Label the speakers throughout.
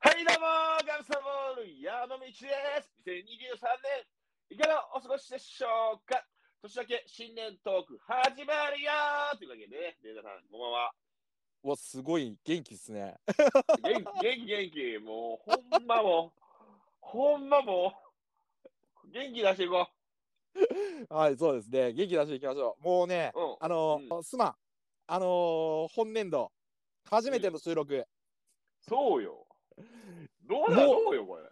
Speaker 1: はい、どうも、ガムサボール、山道です。2023年、いかがお過ごしでしょうか年明け新年トーク始まるよというわけでね、データさん、こんばんは。
Speaker 2: わすごい元気ですね。
Speaker 1: 元気、元気、元気。もう、ほんまもう、ほんまもう、元気出していこ
Speaker 2: はい、そうですね。元気出していきましょう。もうね、
Speaker 1: う。うん。
Speaker 2: あのーすまん。あのー本年度初めての収録、
Speaker 1: そうよ。どうだろうよ、これ。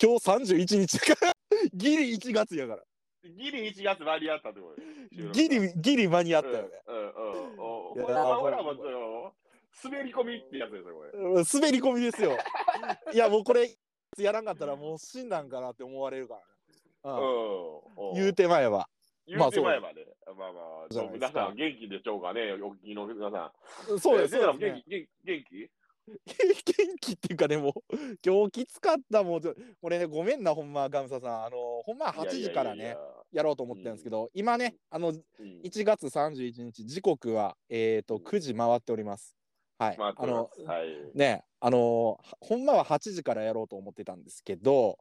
Speaker 2: 今日三十一日 だからギリ一月やから。
Speaker 1: ギリ1月間に合ったってことよ
Speaker 2: ギリギリ間に合ったよね。
Speaker 1: うんうんうんうん。
Speaker 2: いや
Speaker 1: ほら、ほら、
Speaker 2: ほ
Speaker 1: も
Speaker 2: ら
Speaker 1: うちょっと滑り込みってやつですよ、これ。
Speaker 2: うん滑り込みで すよ。いやもうこれやらんかったらもう死んだんかなって思われるから、ね。
Speaker 1: うん
Speaker 2: うんん。言うて前は。
Speaker 1: 言
Speaker 2: ま
Speaker 1: う
Speaker 2: あ
Speaker 1: て
Speaker 2: そう
Speaker 1: まえばね。まあまあ、
Speaker 2: じゃないで
Speaker 1: 皆
Speaker 2: すか
Speaker 1: さん元気でしょうかね、お聞きの皆さん。
Speaker 2: そうです。
Speaker 1: えー
Speaker 2: そうですね
Speaker 1: 元気、元気、元気
Speaker 2: 元気っていうかねもう今日きつかったもうちょこれねごめんなほんまガムサさんあのーほんまは8時から
Speaker 1: い
Speaker 2: ね。
Speaker 1: やいやいやいや
Speaker 2: やろうと思ってるんですけど、今ねあの
Speaker 1: うん
Speaker 2: 1月31日時刻はえっ、と
Speaker 1: うん
Speaker 2: 9時回っておりますはい
Speaker 1: まあ、
Speaker 2: あの
Speaker 1: はい。
Speaker 2: ねあのーはほんまは8時からやろうと思ってたんですけど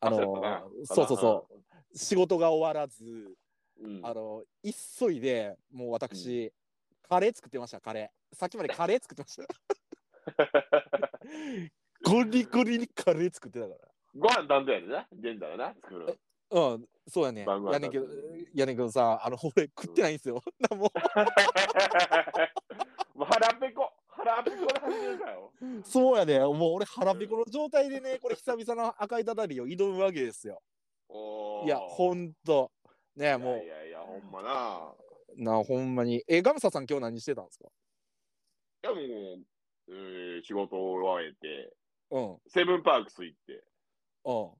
Speaker 2: あの
Speaker 1: そうだっ
Speaker 2: ー
Speaker 1: たな
Speaker 2: そうそうそう仕事が終わらず、
Speaker 1: うん。
Speaker 2: あのー急いでもう私、カレー作ってましたカレーさっきま でカレー作ってましたゴリゴリにカレー作ってたから
Speaker 1: ご飯担当やでな、現在やな、作 る。
Speaker 2: うん、そうやね。
Speaker 1: 晩ご飯
Speaker 2: やねんけど
Speaker 1: だったね、
Speaker 2: やねんけどさ、あの、俺食ってないんですよ。なんも、
Speaker 1: もう腹ペコ、腹ペコで始めるからよ。
Speaker 2: そうやね。もう俺腹ペコの状態 でね、これ久々の赤いたたりを挑むわけですよ。
Speaker 1: おー
Speaker 2: いや、ほんと。ねも、
Speaker 1: いうやいやいや、ほんまな。
Speaker 2: な、ほんまに。え、ガムサさん今日何してたんですか
Speaker 1: いや、もう、えー仕事を終えて、
Speaker 2: うん、うん。
Speaker 1: セブンパークス行って、うん。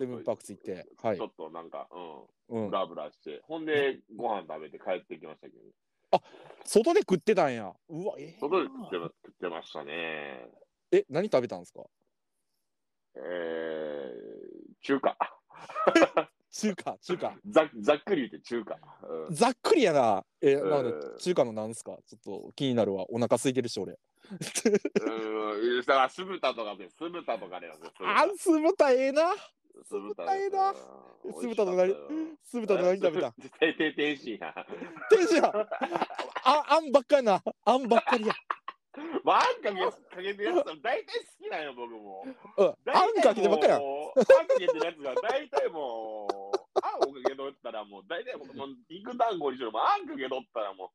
Speaker 2: セブンパックス行って。はい
Speaker 1: ちょ。っとなんか、うん。
Speaker 2: うん
Speaker 1: ブ。ラブラして、ほんで、ご飯食べて帰ってきましたけど、
Speaker 2: 外で食ってたんや。うわ、ええな
Speaker 1: 外で食ってま食ってましたね。
Speaker 2: え、何食べたんですか
Speaker 1: えー、中華。
Speaker 2: 中華、中華。
Speaker 1: ざざっくり言って中華。うん
Speaker 2: ざっくりやな。え、
Speaker 1: うん
Speaker 2: なんで、中華のなんですかちょっと気になるわ。お腹空いてるし、俺。
Speaker 1: うん、だから酢豚とかで、酢豚とかで、
Speaker 2: あ、酢豚ええな。
Speaker 1: 酢豚
Speaker 2: 酢豚ええな酢豚と何酢豚の何食べたん
Speaker 1: てて天津や。
Speaker 2: 天使や ああんばっかりなあんばっかりや、
Speaker 1: まあ、あんかけかけてるやつは大体好きなんよ、僕も。
Speaker 2: うん、あんかけてばっかりや
Speaker 1: あ
Speaker 2: ん
Speaker 1: んかけてるやつが大体もう、あんかけとったらもう、大体もう、肉団子にしろ、もあんかけとったらもう、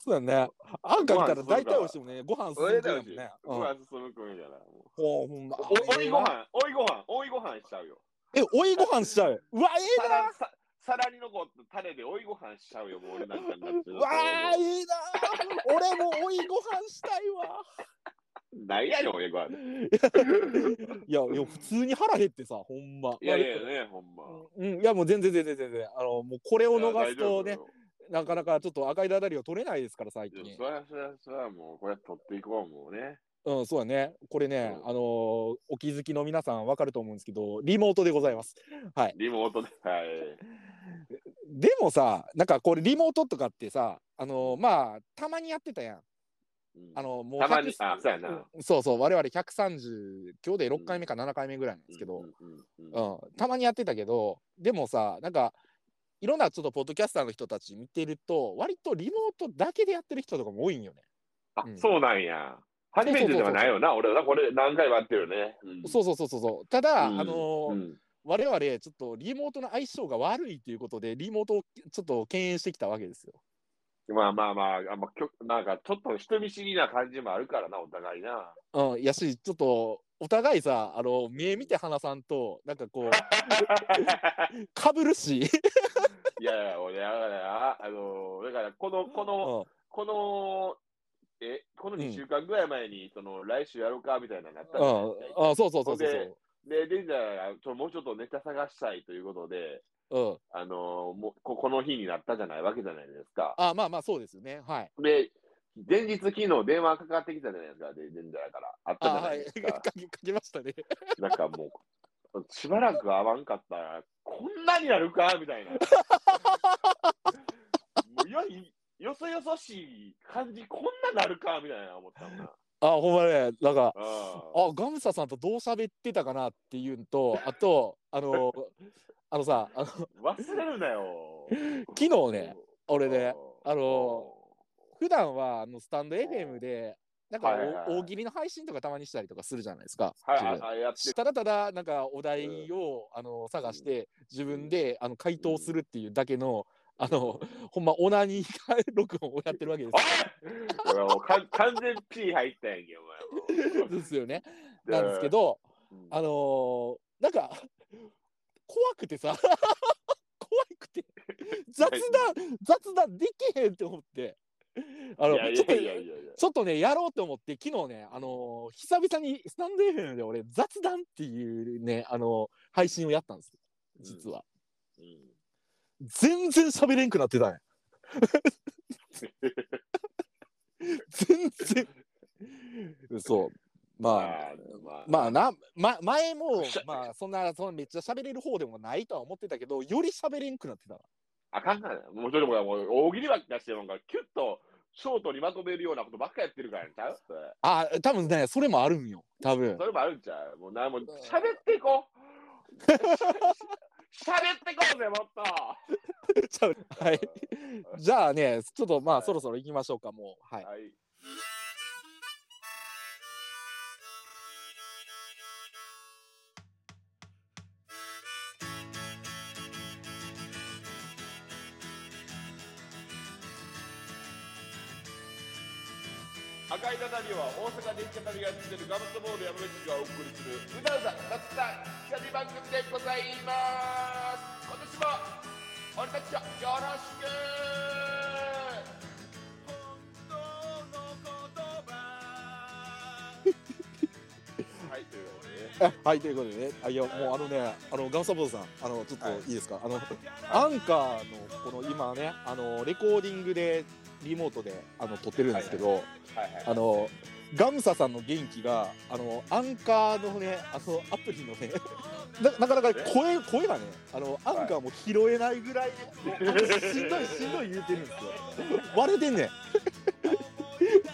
Speaker 2: そうだねあんかけたら大体おいしいもんねご飯す
Speaker 1: そ
Speaker 2: ご
Speaker 1: れ
Speaker 2: い
Speaker 1: だよ
Speaker 2: も
Speaker 1: し、
Speaker 2: んね、うん、
Speaker 1: ご飯進むくんやな。もう
Speaker 2: ほうほんま
Speaker 1: おおいご飯、おいご飯、おいご飯しちゃうよ。
Speaker 2: えおいご飯しちゃううわえ
Speaker 1: さ
Speaker 2: えな
Speaker 1: らささらに残ったタレでおいご飯しちゃうよ、もう俺なんかになってる
Speaker 2: うわーええな俺もおいご飯したいわ
Speaker 1: ないやよ、おいご飯。
Speaker 2: いやいや普通に腹減ってさほんま
Speaker 1: いやいやね、ほんま。
Speaker 2: うん、いやもう全然全然全然あのもうこれを逃す
Speaker 1: いや
Speaker 2: とね。
Speaker 1: 大丈夫よ
Speaker 2: なかなかちょっと赤いだだりを取れないですから最
Speaker 1: いや
Speaker 2: 近
Speaker 1: そりゃそりゃそりゃもうこれ取っていこうもうね。
Speaker 2: うんそうだねこれね、
Speaker 1: うん
Speaker 2: あのーお気づきの皆さんわかると思うんですけどリモートでございますはい
Speaker 1: リモートで。はい。
Speaker 2: でもさなんかこれリモートとかってさあのーまあたまにやってたやん
Speaker 1: うん
Speaker 2: あのもう
Speaker 1: たまに
Speaker 2: 100
Speaker 1: あそうやな
Speaker 2: そうそう我々130今日で6回目か7回目ぐらいなんですけど、
Speaker 1: う
Speaker 2: うんん
Speaker 1: うんうん
Speaker 2: たまにやってたけどでもさなんかいろんなちょっとポッドキャスターの人たち見てると割とリモートだけでやってる人とかも多いんよね、
Speaker 1: あ
Speaker 2: うん
Speaker 1: そうなんや。初めてではないよな、俺はな。これ何回もやってるよね。うん
Speaker 2: そうそうそうそうそうただ、
Speaker 1: うん
Speaker 2: あのー
Speaker 1: うん
Speaker 2: 我々ちょっとリモートの相性が悪いということでリモートをちょっと敬遠してきたわけですよ
Speaker 1: まあまあまあ、あんまきょなんかちょっと人見知りな感じもあるからな、お互いな。
Speaker 2: うん、やし、ちょっと、お互いさ、あの、目見て話さんと、なんかこう、 かぶるし、
Speaker 1: いやいや、俺、だから、ああのーだから、この、この、
Speaker 2: うん、
Speaker 1: この、え、この
Speaker 2: うん
Speaker 1: 2週間ぐらい前に、その、来週やろうか、みたいなのになった
Speaker 2: う
Speaker 1: じゃない
Speaker 2: ん、あそうそうそうそうそう。
Speaker 1: で、で、じゃあちょもうちょっとネタ探したいということで、
Speaker 2: うん、
Speaker 1: あのーもうこ、この日になったじゃないわけじゃないですか。
Speaker 2: あまあまあ、そうですよね。はい。
Speaker 1: で、前日、昨日、電話かかってきたじゃないですか、で、神社から。あった
Speaker 2: あ
Speaker 1: じゃな
Speaker 2: はいい。
Speaker 1: で
Speaker 2: か
Speaker 1: す
Speaker 2: け、
Speaker 1: か
Speaker 2: か。けましたね。
Speaker 1: なんかもう、しばらく会わんかったら、こんなになるかみたいな。もうよりよそよそしい感じ、こんななるかみたいな思ったもんな。
Speaker 2: あ、ほんまね、なんか、
Speaker 1: あ
Speaker 2: あ、ガムサさんとどう喋ってたかなっていうのと、あと、あの、あのさ、あの昨
Speaker 1: 忘れるなよ。
Speaker 2: 日ね、俺ね、あの普段はあのスタンド FM で、なんかお、
Speaker 1: はいはいはい
Speaker 2: 大喜利の配信とかたまにしたりとかするじゃないですか。
Speaker 1: はい
Speaker 2: 自分
Speaker 1: はいはい、やってる
Speaker 2: ただただなんかお題を、あの探して自分であの回答するっていうだけの、あのほんまオナニー録音をやってるわけです
Speaker 1: おい俺もうかん完全 P 入ったやんけ、お前 もう。
Speaker 2: ですよね。 なんですけど、
Speaker 1: うん、
Speaker 2: あのーなんか怖くてさ 怖くて雑談雑談できへんって思ってあの
Speaker 1: いやい
Speaker 2: ちょっと
Speaker 1: やいやいやいや。
Speaker 2: ちょっとね、やろうと思って、昨日ね、あのー久々にスタンド FM で俺、雑談っていうね、あのー配信をやったんですよ、実は。
Speaker 1: うん
Speaker 2: 全然喋れんくなってたね。全然。そう。まあ、
Speaker 1: ま
Speaker 2: まあな、ま、前も
Speaker 1: しゃ、
Speaker 2: まあ、そんな、そのめっちゃ喋れる方でもないとは思ってたけど、より喋れんくなってたわ。
Speaker 1: あかんからねもう一人ももう大喜利ばっかりしてるのが、キュッとショートにまとめるようなことばっかやってるからちゃうそれ
Speaker 2: あ、多分ね、それもあるんよ。多分
Speaker 1: そ。れもあるんちゃうもうな、もう喋っていこう。喋ってこうぜ、もっと。
Speaker 2: ちゃう はい。じゃあね、ちょっとまあ、そろそろ行きましょうか、もう。はい。
Speaker 1: はい。赤い畳は大阪で一語りがついてるガムトボール山口がお送りするうだうだたつた光番組でございます今年も俺たちをよろしく本当の言葉はいということでね
Speaker 2: はい、ということでね、あいや、もうあのね、あの、ガンサボードさん、あの、ちょっといいですか、あの、アンカーの、この今ね、あの、レコーディングで、リモートで、あの、撮ってるんですけど、
Speaker 1: はいはい
Speaker 2: あの、ガムサさんの元気が、あの、アンカーのね、あの、アプリのね、 ななかなか声、声がね、あの、アンカーも拾えないぐらい、ね、 あのしんどい、しんどい言うてるんですよ。割れてんねん。
Speaker 1: い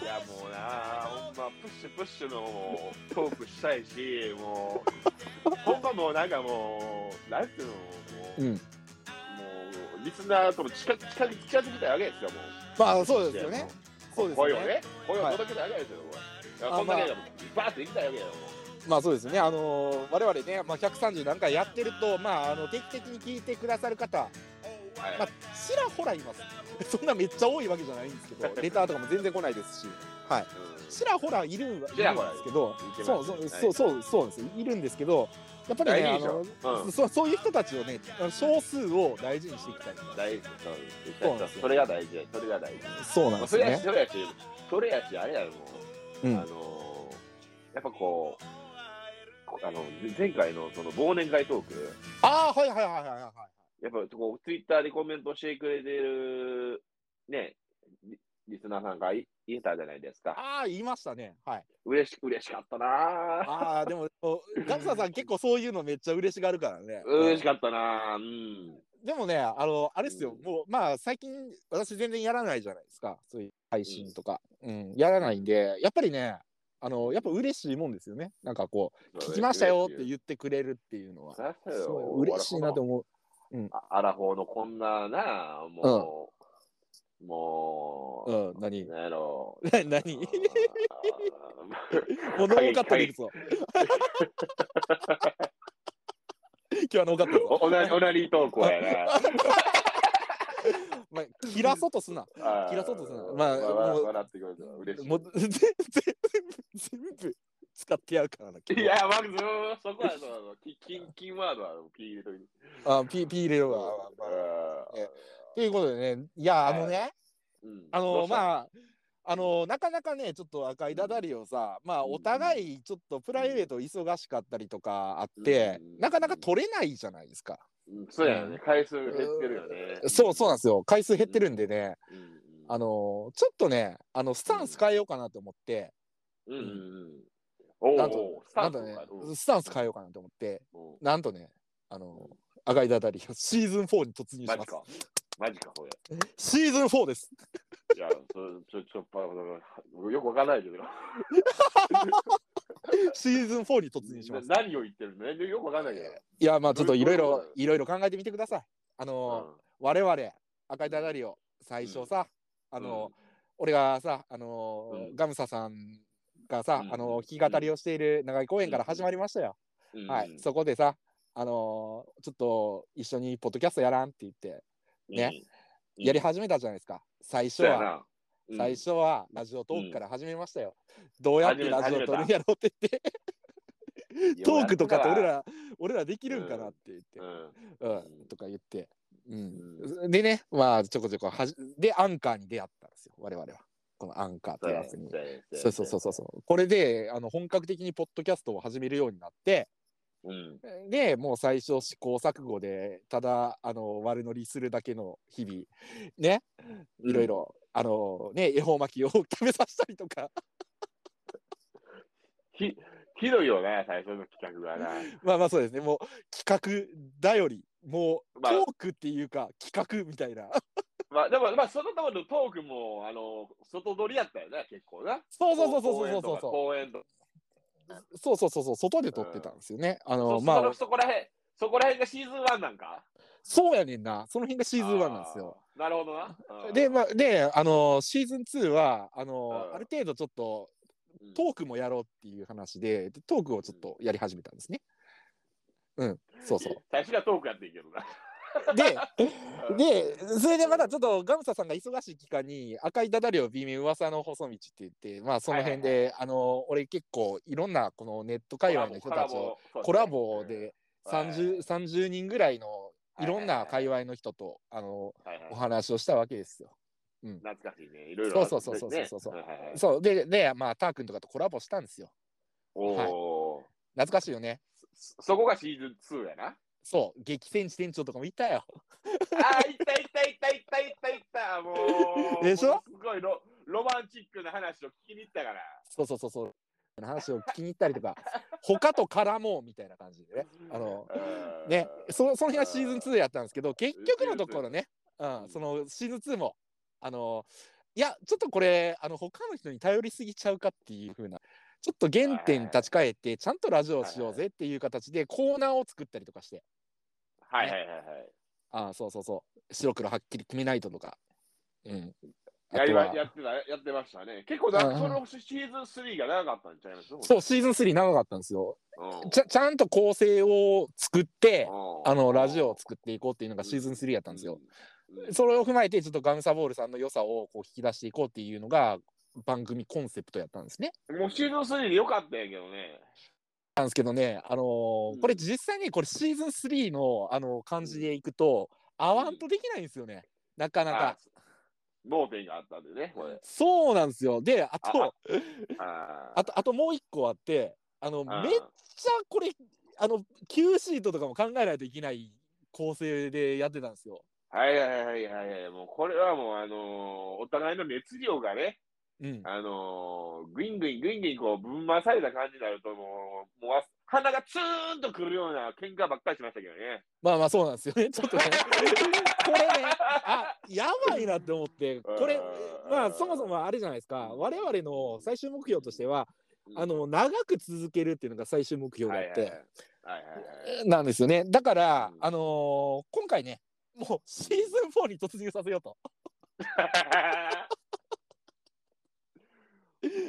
Speaker 1: やもうなほんまプッシュプッシュのもうトークしたいしもうほんまもうなんかもうなんていうのもう,、
Speaker 2: う
Speaker 1: も
Speaker 2: ん
Speaker 1: うリスナーとの近近近づきたいわけですよも
Speaker 2: まあ、そう
Speaker 1: う
Speaker 2: ですよね。
Speaker 1: も
Speaker 2: そうですよ
Speaker 1: 声を
Speaker 2: ね。
Speaker 1: ね声を届けたいわけですよ、いや
Speaker 2: あ
Speaker 1: こんだけでもバーっていきたいわけよも
Speaker 2: まあそうですね、あのー、我々ね、まあ、130何回やってると、まあ、あの定期的に聞いてくださる方、
Speaker 1: うはい、
Speaker 2: まあ、ちらほらいます。 そんなめっちゃ多いわけじゃないんですけど、レターとかも全然来ないですし、はい、ちらほらいるんはい
Speaker 1: ちらほら
Speaker 2: るんですけど
Speaker 1: いけ、
Speaker 2: そ
Speaker 1: ま
Speaker 2: う
Speaker 1: す
Speaker 2: そう
Speaker 1: ね
Speaker 2: そうそうそうなんですよいるんですけど、やっぱりね、
Speaker 1: 大
Speaker 2: あ
Speaker 1: 事でしょう
Speaker 2: の
Speaker 1: ん、うん
Speaker 2: そそういう人たちをね、あの少数を大事にしていきたい。
Speaker 1: 大事
Speaker 2: そう
Speaker 1: そ
Speaker 2: なんで
Speaker 1: う
Speaker 2: すよ
Speaker 1: それが大事それが大事、
Speaker 2: そう
Speaker 1: ま
Speaker 2: なん
Speaker 1: あ、そ
Speaker 2: です
Speaker 1: れ
Speaker 2: よ
Speaker 1: やし
Speaker 2: ね。
Speaker 1: それやしそれやしあれやろもう
Speaker 2: うん
Speaker 1: あのーやっぱこう、こあの前回のその忘年会トーク、
Speaker 2: ああ、はいはいはいはいはい。
Speaker 1: やっぱこうツイッターでコメントしてくれてる、ね、リリスナーさんがい言えたじゃないですか。
Speaker 2: ああ、言いましたね。はい。
Speaker 1: 嬉し嬉しかったなぁ。
Speaker 2: ああ、でも、 おガムサさん結構そういうのめっちゃ嬉しがるからね。
Speaker 1: 嬉しかったなぁ。うん。
Speaker 2: でもね、あの、あれですよ、
Speaker 1: うん
Speaker 2: もう、まあ、最近、私全然やらないじゃないですか、そういう配信とか、うん、やらないんで、やっぱりね、あの、やっぱ嬉しいもんですよね。なんかこう、聞きましたよって
Speaker 1: う。
Speaker 2: 言ってくれるっていうのは、す
Speaker 1: そうそうよ
Speaker 2: ごい嬉しいなと思う。
Speaker 1: あアラフォーのこんななぁ、もう、もう、
Speaker 2: うん、何
Speaker 1: なんやろ
Speaker 2: 何何も うノーカットでいく ぞ。今日はノーカットだぞ。
Speaker 1: おおなおなりトークやな。
Speaker 2: まあ、切らそうとすな。切らそうとするなまあ
Speaker 1: わわ
Speaker 2: もう
Speaker 1: 笑ってくれたら嬉しい。
Speaker 2: もう、全部、全部使ってやるからな、今日
Speaker 1: いや、まず、そこはそうあの、キキンキンワードは、あのピー入れといて。
Speaker 2: あ、ピピー入れるわ。
Speaker 1: あー
Speaker 2: ということでね、いや、あのね、
Speaker 1: うん
Speaker 2: あの
Speaker 1: あ、
Speaker 2: まああのなかなかねちょっと赤いダダリをさ、まあ
Speaker 1: うん
Speaker 2: お互いちょっとプライベート忙しかったりとかあって、
Speaker 1: うん
Speaker 2: なかなか取れないじゃないですか、
Speaker 1: うんそうやね、回数減ってるよね。
Speaker 2: そうそうなんですよ回数減ってるんでね、
Speaker 1: うんうん
Speaker 2: あのちょっとねあのスタンス変えようかなと思って、
Speaker 1: うんうんうん。お
Speaker 2: なん
Speaker 1: ー
Speaker 2: と
Speaker 1: スター
Speaker 2: なんと
Speaker 1: ト
Speaker 2: ね
Speaker 1: かうん
Speaker 2: スタンス変えようかなと思って
Speaker 1: うん
Speaker 2: なんとねあの赤いダダリがシーズン4に突入し
Speaker 1: マ
Speaker 2: ま
Speaker 1: ジか。マジか、これ。
Speaker 2: すシーズン4です
Speaker 1: いや、そちょ、ちょっと、よくわかんないけど、
Speaker 2: シーズン4に突入します。
Speaker 1: 何を言ってるのよくわかんないけど。
Speaker 2: いや、まあちょっといろい
Speaker 1: どういう
Speaker 2: ろ
Speaker 1: こと、
Speaker 2: いろいろ考えてみてください。あの、我々、赤いダダリオ、最初さ、あの、俺がさ、あの、
Speaker 1: うん
Speaker 2: ガムサさんがさ、
Speaker 1: うん
Speaker 2: あの、弾き語りをしている長井公園から始まりましたよ。
Speaker 1: うん
Speaker 2: はい、そこでさ、あのちょっと一緒にポッドキャストやらんって言って、ね、
Speaker 1: うん
Speaker 2: やり始めたじゃないですか。最初
Speaker 1: そうや
Speaker 2: は、
Speaker 1: な。うん
Speaker 2: 最初はラジオトークから始めましたよ。どうやってラジオ撮るんやろうって言って、トークとかって俺。ら、俺らできるんかなって言って
Speaker 1: う、ん
Speaker 2: うん、とか言って。うん
Speaker 1: う
Speaker 2: でね、まあ、ちょこちょこはじ、で、アンカーに出会ったんですよ、我々は。このアンカーというやつに。そうそうそうそうそう。これで、あの、本格的にポッドキャストを始めるようになって、
Speaker 1: う。うん。
Speaker 2: で、もう最初試行錯誤で、ただ、あの、悪乗りするだけの日々、ね、いろいろ、あの、ね、恵方巻きを 食べさせたりとか、
Speaker 1: ひ、ひどいよね、最初の企画が な。
Speaker 2: まあまあそうですね、もう企画だより、もう、
Speaker 1: まあ
Speaker 2: トークっていうか、企画みたいな。
Speaker 1: まあ、でも、まあ、そのためのトークも、あの、外取りやったよね、結構な。
Speaker 2: そうそうそうそうそうそうそう。
Speaker 1: 公園とか。
Speaker 2: そうそうそうそう、外で撮ってたんですよね。
Speaker 1: 公園
Speaker 2: あ
Speaker 1: と
Speaker 2: の、
Speaker 1: かそ
Speaker 2: ま
Speaker 1: その
Speaker 2: あ、
Speaker 1: そこらへん、そこらへんがシーズン1なんか。
Speaker 2: そうやねんな。その辺がシーズン1なんですよ。
Speaker 1: あー。なるほどな。うん
Speaker 2: で、、まあ、で、あの、シーズン2は、あの、
Speaker 1: うん
Speaker 2: ある程度ちょっと、
Speaker 1: うん
Speaker 2: トークもやろうっていう話で、でトークをちょっとやり始めたんですね。うん、そうそ
Speaker 1: 最初はトークやっていいけどな。
Speaker 2: う。で、で、それでまだちょっとガムサさんが忙しい期間に、赤いダダリを微妙噂の細道って言って、まあその辺で、
Speaker 1: はい
Speaker 2: あの、俺結構いろんなこのネット界隈の人たちをコラボ、で
Speaker 1: はい
Speaker 2: 30、30人ぐらいのいろんな
Speaker 1: 話、
Speaker 2: 界隈の人と、あの、
Speaker 1: はいはい
Speaker 2: お話をしたわけですよ。
Speaker 1: 懐かしいね。いろいろあるね。
Speaker 2: そうそうそうそうそうそう
Speaker 1: ねはいはいはい
Speaker 2: そう、で、で、まあ、ター君とかとコラボしたんですよ。
Speaker 1: おー
Speaker 2: 懐かしいよね。
Speaker 1: そそこがシーズン2やな。 あ
Speaker 2: そう、激戦地店長とかもいたよ。
Speaker 1: ー、いったいったいったいったいったいった。もう。
Speaker 2: でしょ
Speaker 1: ものすごいロロマンチックな話を聞きに行ったから。
Speaker 2: そうそうそうそう。話を聞きに行ったりと か、他と絡もうみたいな感じでね。あの、
Speaker 1: うん
Speaker 2: ね、そその日はシーズン2やったんですけど、結局のところね、う
Speaker 1: ー
Speaker 2: ん、そのシーズン2も、あの、いや、ちょっとこれ、あの、他の人に頼りすぎちゃうかっていう風な、ちょっと原点に立ち返って、ちゃんとラジオをしようぜっていう形でコーナーを作ったりとかして、
Speaker 1: はいはいはいは
Speaker 2: ああ、そうそうそう、白黒はっきり決めないととか、うん。
Speaker 1: い。やりま
Speaker 2: あとは
Speaker 1: やってたやってましたね。結構な、
Speaker 2: うんうん
Speaker 1: そのシーズン3が長かったんちゃいます。
Speaker 2: そうう、シーズン3長かったんですよ。
Speaker 1: うん
Speaker 2: ちゃちゃんと構成を作って、
Speaker 1: うん
Speaker 2: あの、ラジオを作っていこうっていうのがシーズン3やったんですよ。。
Speaker 1: うんうん
Speaker 2: それを踏まえて、ちょっとガムサボールさんの良さをこう引き出していこうっていうのが、番組コンセプトやったんですね。
Speaker 1: もうシーズン3でよかったんやけどね。
Speaker 2: なんですけどね、あのー
Speaker 1: うん
Speaker 2: これ実際にこれシーズン3の、あの感じでいくと、合わんとできないんですよね。なかな
Speaker 1: あ
Speaker 2: か。
Speaker 1: 盲点があったんでね、これ。
Speaker 2: そうなんですよ。で、あと、
Speaker 1: あ
Speaker 2: あと、あともう一個あって、あの、
Speaker 1: あ
Speaker 2: めっちゃこれ、あの、Q シートとかも考えないといけない構成でやってたんですよ。
Speaker 1: はいはいはいはいはい。もうこれはもう、あのーお互いの熱量がね、
Speaker 2: うん。
Speaker 1: あのー、グイングイングイングインこう、ぶん回された感じになると、もう、もう、鼻がツーンとくるような喧嘩ばっかりしましたけどね。
Speaker 2: まあまあそうなんですよね。 ちょっとね。これね、あ、やばいなって思って、これ、まあそもそもあれじゃないですか、我々の最終目標としては、あの、長く続けるっていうのが最終目
Speaker 1: うん、
Speaker 2: 標
Speaker 1: は
Speaker 2: で
Speaker 1: い
Speaker 2: あっ
Speaker 1: はいはい。
Speaker 2: て、
Speaker 1: はいはいはい
Speaker 2: なんですよね。だから
Speaker 1: う、ん
Speaker 2: あのー今回ね、もうシーズン4に突入させようと。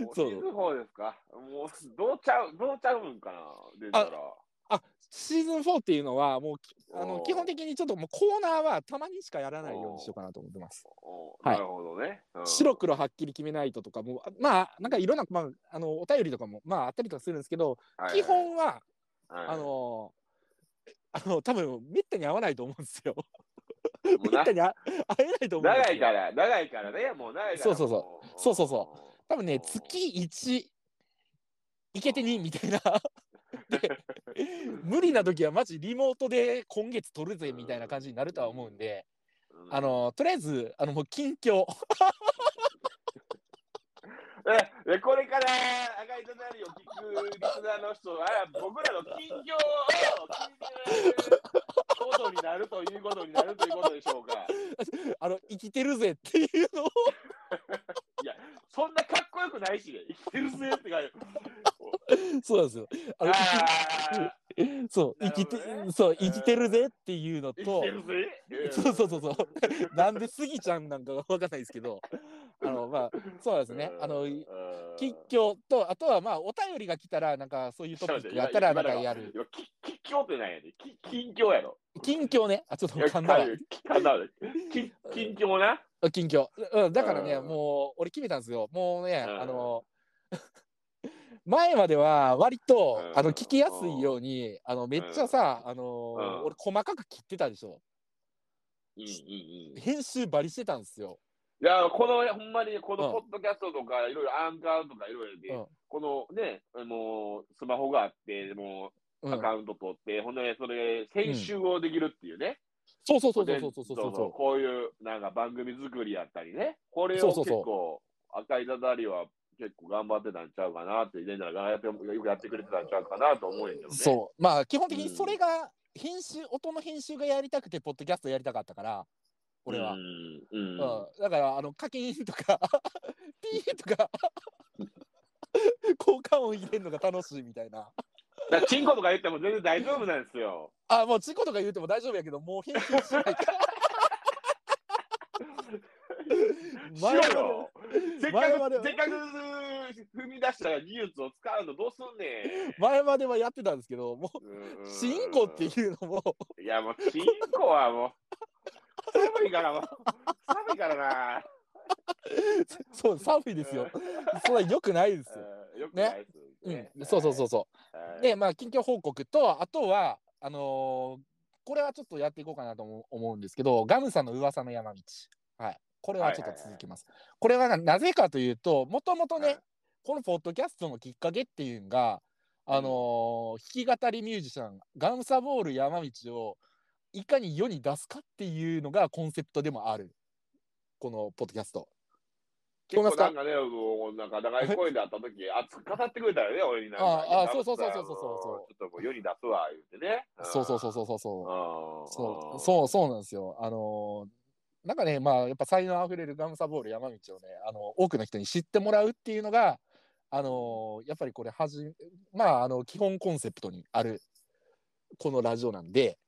Speaker 1: もうシ
Speaker 2: そう
Speaker 1: ーズン4ですかもう、どうちゃう、どうちゃうんかなでしたら。
Speaker 2: あ、シーズン4っていうのは、もうき、あの、
Speaker 1: おー
Speaker 2: 基本的にちょっともうコーナーはたまにしかやらないようにしようかなと思ってます。
Speaker 1: お
Speaker 2: はい
Speaker 1: なるほどね。うん
Speaker 2: 白黒はっきり決めないととかも、あまあ、なんかいろんな、まあ、あの、お便りとかも、まあ、あったりとかするんですけど、
Speaker 1: はい
Speaker 2: 基本は、
Speaker 1: はい
Speaker 2: あのーあの、多分めったに合わないと思うんですよ。
Speaker 1: もう
Speaker 2: め
Speaker 1: な
Speaker 2: ったにあ会えないと思うんで
Speaker 1: 長
Speaker 2: すよ。
Speaker 1: いから、長いからね、もう長いから。
Speaker 2: そうそうそう
Speaker 1: も
Speaker 2: そうそうそ
Speaker 1: うん。
Speaker 2: 多分ね、月1、いけて2 みたいな。で、無理な時はマジリモートで今月撮るぜみたいな感じになるとは思うんで、
Speaker 1: うん
Speaker 2: あ、の、とりあえず、あの、もう近況。
Speaker 1: え、でこれから赤いとなりを聞くリスナーの人は、僕らの近況を聞いてことになるということになるということでしょうか。
Speaker 2: あの生きてるぜっていうのを
Speaker 1: そんなかっこよくないし、生きてるぜって感じ。
Speaker 2: そうなんですよあ
Speaker 1: あ
Speaker 2: の
Speaker 1: あ
Speaker 2: 生き そう
Speaker 1: な
Speaker 2: 生
Speaker 1: る
Speaker 2: き
Speaker 1: ほ
Speaker 2: て
Speaker 1: どね
Speaker 2: そう生きてるぜっていうの
Speaker 1: ー、生き
Speaker 2: と
Speaker 1: てるぜ。
Speaker 2: そうそうそうそう なんでスギちゃんなんかが分かんないですけどあのまあそうなんですねあの吉祥とあとはまあお便りが来たらなんかそういうトピックがあったらなんかやる
Speaker 1: る。き吉祥って何やねん。き近況やろ。
Speaker 2: 近況ねあちょっと
Speaker 1: いや
Speaker 2: 噛んだわ
Speaker 1: 噛んだわき近況な。
Speaker 2: 近況うんだからね
Speaker 1: うん
Speaker 2: もう俺決めたんですよもうね
Speaker 1: うん
Speaker 2: あの 前までは割と
Speaker 1: うん
Speaker 2: あの聞きやすいようにあのめっちゃさあの
Speaker 1: うん
Speaker 2: 俺細かく切ってたでしょ
Speaker 1: いいいいいい。い
Speaker 2: 編集バリしてたんですよ
Speaker 1: や、この、ほんまに、こ
Speaker 2: う
Speaker 1: の
Speaker 2: ん
Speaker 1: ポッドキャストとか、いろいろアンカーとかいろいろで、
Speaker 2: うん
Speaker 1: このね、もう、スマホがあって、も
Speaker 2: う
Speaker 1: う、
Speaker 2: ん
Speaker 1: アカウント取って、ほんで、それ、編集をできるっていうね。
Speaker 2: そうそうそうそうそうそうそう
Speaker 1: で
Speaker 2: そ
Speaker 1: こういう、なんか番組作りやったりね。これを
Speaker 2: そうそ
Speaker 1: 結
Speaker 2: うそう
Speaker 1: 構、赤いだだりは、結構頑張ってたんちゃうかなって、レンジャーがやってよくやってくれてたんちゃうかなと思うんやけど
Speaker 2: う
Speaker 1: ね。
Speaker 2: そうまあ基本的にそれが編集音の編集がやりたくてポッドキャストやりたかったから俺は
Speaker 1: う。ん。うん。
Speaker 2: うん、だからあの課金とか ピーとか効果音入れるのが楽しいみたいな
Speaker 1: だからチンコとか言っても全然大丈夫なんですよ。
Speaker 2: あもうチコとか言うても大丈夫やけどもう編集しないから
Speaker 1: し
Speaker 2: 前
Speaker 1: ろ
Speaker 2: まで
Speaker 1: よせっか
Speaker 2: 前までは
Speaker 1: く、せっかく踏み出した技術を使うのどうすんね
Speaker 2: 前まではやってたんですけどもうん
Speaker 1: うん。
Speaker 2: チンコって
Speaker 1: い
Speaker 2: いうのも
Speaker 1: や、もう、チンコはもう、寒いからもう、寒いからな。
Speaker 2: そう寒いですよそれは良くないですよ、
Speaker 1: うん。よくないっす
Speaker 2: う
Speaker 1: ね
Speaker 2: ん、そうそうそうそう
Speaker 1: はい
Speaker 2: でまあ近況報告とあとはあのーこれはちょっとやっていこうかなと思思うんですけどガムさんの噂の山道はいこれはちょっと続きます、これはななぜかというともともとね、
Speaker 1: はい
Speaker 2: このポッドキャストのきっかけっていうのがあのー弾き語りミュージシャンガムサボール山道をいかに世に出すかっていうのがコンセプトでもあるこのポッドキャスト
Speaker 1: 結
Speaker 2: 聞こえ
Speaker 1: 構
Speaker 2: ますか
Speaker 1: なんかね、もうなんか長い声で会った時、熱く語ってくれたよね、俺になんか。
Speaker 2: ああ
Speaker 1: いや
Speaker 2: そうそうそう
Speaker 1: ダ
Speaker 2: そう
Speaker 1: ンス
Speaker 2: そうそ
Speaker 1: ちょ
Speaker 2: う
Speaker 1: っともう世に出すわ、言うてね。。
Speaker 2: そうそうそううそうそうそうん
Speaker 1: あー
Speaker 2: そうそうそうなんですよ。あのーなんかね、まあ、やっぱ才能あふれるガムサボール山道をね、あの多くの人に知ってもらうっていうのが、あのーやっぱりこれはじ、まあ、あの基本コンセプトにあるこのラジオなんで、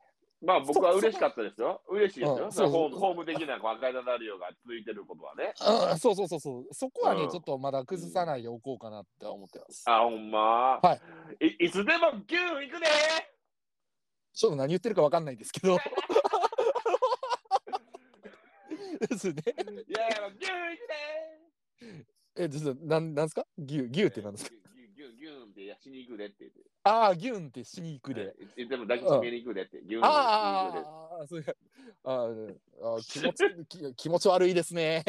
Speaker 1: まあ僕は嬉しかったですよ。嬉しいですよ。
Speaker 2: うんそう
Speaker 1: ホームホーム的なこう赤いダダリオが続いてることはね。
Speaker 2: うんそうそうそうそう、そこはね、
Speaker 1: うん
Speaker 2: ちょっとまだ崩さないでおこうかなって思ってます。
Speaker 1: あ、ほんま。。
Speaker 2: はい
Speaker 1: いつでもギューン行くで
Speaker 2: ちょっと何言ってるかわかんないんですけ ど。
Speaker 1: いやいや、ギュー
Speaker 2: ですね。
Speaker 1: ン行くで
Speaker 2: え、ちょっと、なん、なんですか牛、牛ってなんですか
Speaker 1: ギューン、ギューンギューンってしに行くでって言って。
Speaker 2: ああ、牛ってしに行くで。
Speaker 1: いいつでも抱きしめに行くでって。ギューンしに行くでって。
Speaker 2: ああ、そういうあーあー、気持ち、き気持ち悪いですね。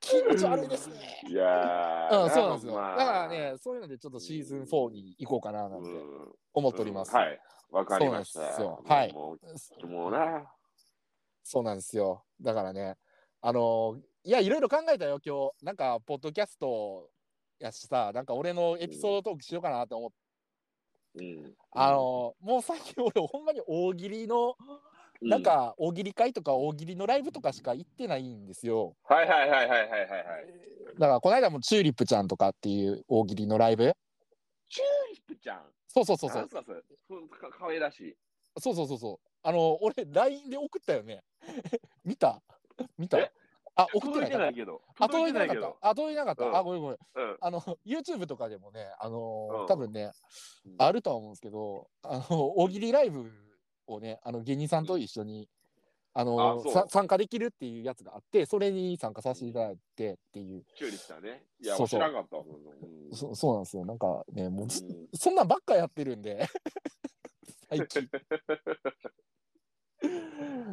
Speaker 2: 気持ち悪いですね。
Speaker 1: いや
Speaker 2: う
Speaker 1: ー
Speaker 2: ん、そうなんですよ。だ
Speaker 1: まあ
Speaker 2: からね、そういうので、ちょっとシーズン4に行こうかな、なんて
Speaker 1: うん
Speaker 2: 思っております。
Speaker 1: はい。わかりました。
Speaker 2: そうなんですよ
Speaker 1: もう、もうな。
Speaker 2: そうなんですよ。だからね、あのー、いや、いろいろ考えたよ、今日。なんか、ポッドキャストやしさ、なんか俺のエピソードトークしようかなと思って。
Speaker 1: うん。
Speaker 2: あのー、もう最近俺、ほんまに大喜利の、
Speaker 1: う、
Speaker 2: なんか、大喜利会とか大喜利のライブとかしか行ってないんですよ。
Speaker 1: うん。はいはいはいはいはいはいはい。
Speaker 2: だからこの間もチューリップちゃんとかっていう大喜利のライブ
Speaker 1: チューリップちゃん。
Speaker 2: そうそうそうそ
Speaker 1: なん
Speaker 2: う
Speaker 1: すかそれ。そうかかわいらしい。
Speaker 2: そうそうそうそうあの俺 LINE で送ったよね 見た見た
Speaker 1: え
Speaker 2: あ送ってな
Speaker 1: 届いてな
Speaker 2: い
Speaker 1: いけど。
Speaker 2: あ届いてなか
Speaker 1: 届
Speaker 2: ったあ届いてなかった、
Speaker 1: うん
Speaker 2: あごめんごめん
Speaker 1: いてない
Speaker 2: あの YouTube とかでもねあのー
Speaker 1: うん
Speaker 2: 多分ねあるとは思うんですけどあの大喜利ライブをねあの芸人さんと一緒にあのー
Speaker 1: あそう
Speaker 2: さ参加できるっていうやつがあってそれに参加させていただいてっていう
Speaker 1: けど。チューリップちゃんね。いや、
Speaker 2: そうそう
Speaker 1: 知らんかった。うん
Speaker 2: そそうなんですよなんかねもうず
Speaker 1: うん
Speaker 2: そんなんばっかやってるん で。最 近。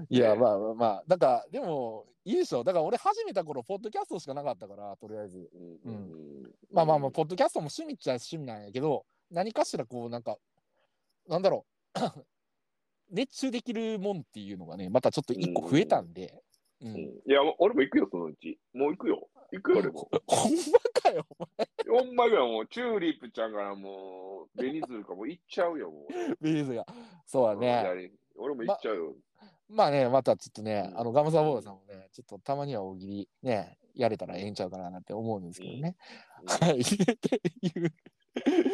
Speaker 2: いや、まあまあまあ、なんか、でも、いいでしょ。だから俺始めた頃、ポッドキャストしかなかったから、とりあえず。
Speaker 1: う
Speaker 2: うんんまあまあまあ、ポッドキャストも趣味っちゃ趣味なんやけど、何かしらこう、なんか、なんだろう。 熱中できるもんっていうのがね、またちょっと一個増えたんで。う
Speaker 1: うん
Speaker 2: ん。
Speaker 1: いや、俺も行くよ、そのうち。もう行くよ。行くよ、俺も。
Speaker 2: ほんまかかよ。
Speaker 1: 4枚ぐらいもう、チューリップちゃんからもう、ベニズルかもう行っちゃうよ、もう。
Speaker 2: ビリーズが。そうだね。
Speaker 1: 左俺も行っちゃうよ。
Speaker 2: まあね、またちょっとね
Speaker 1: う、ん
Speaker 2: あの、ガムサボールさんもね、ちょっとたまには大喜利、ね、やれたらええんちゃうかななんて思うんですけどね。
Speaker 1: うん
Speaker 2: はい。っていう。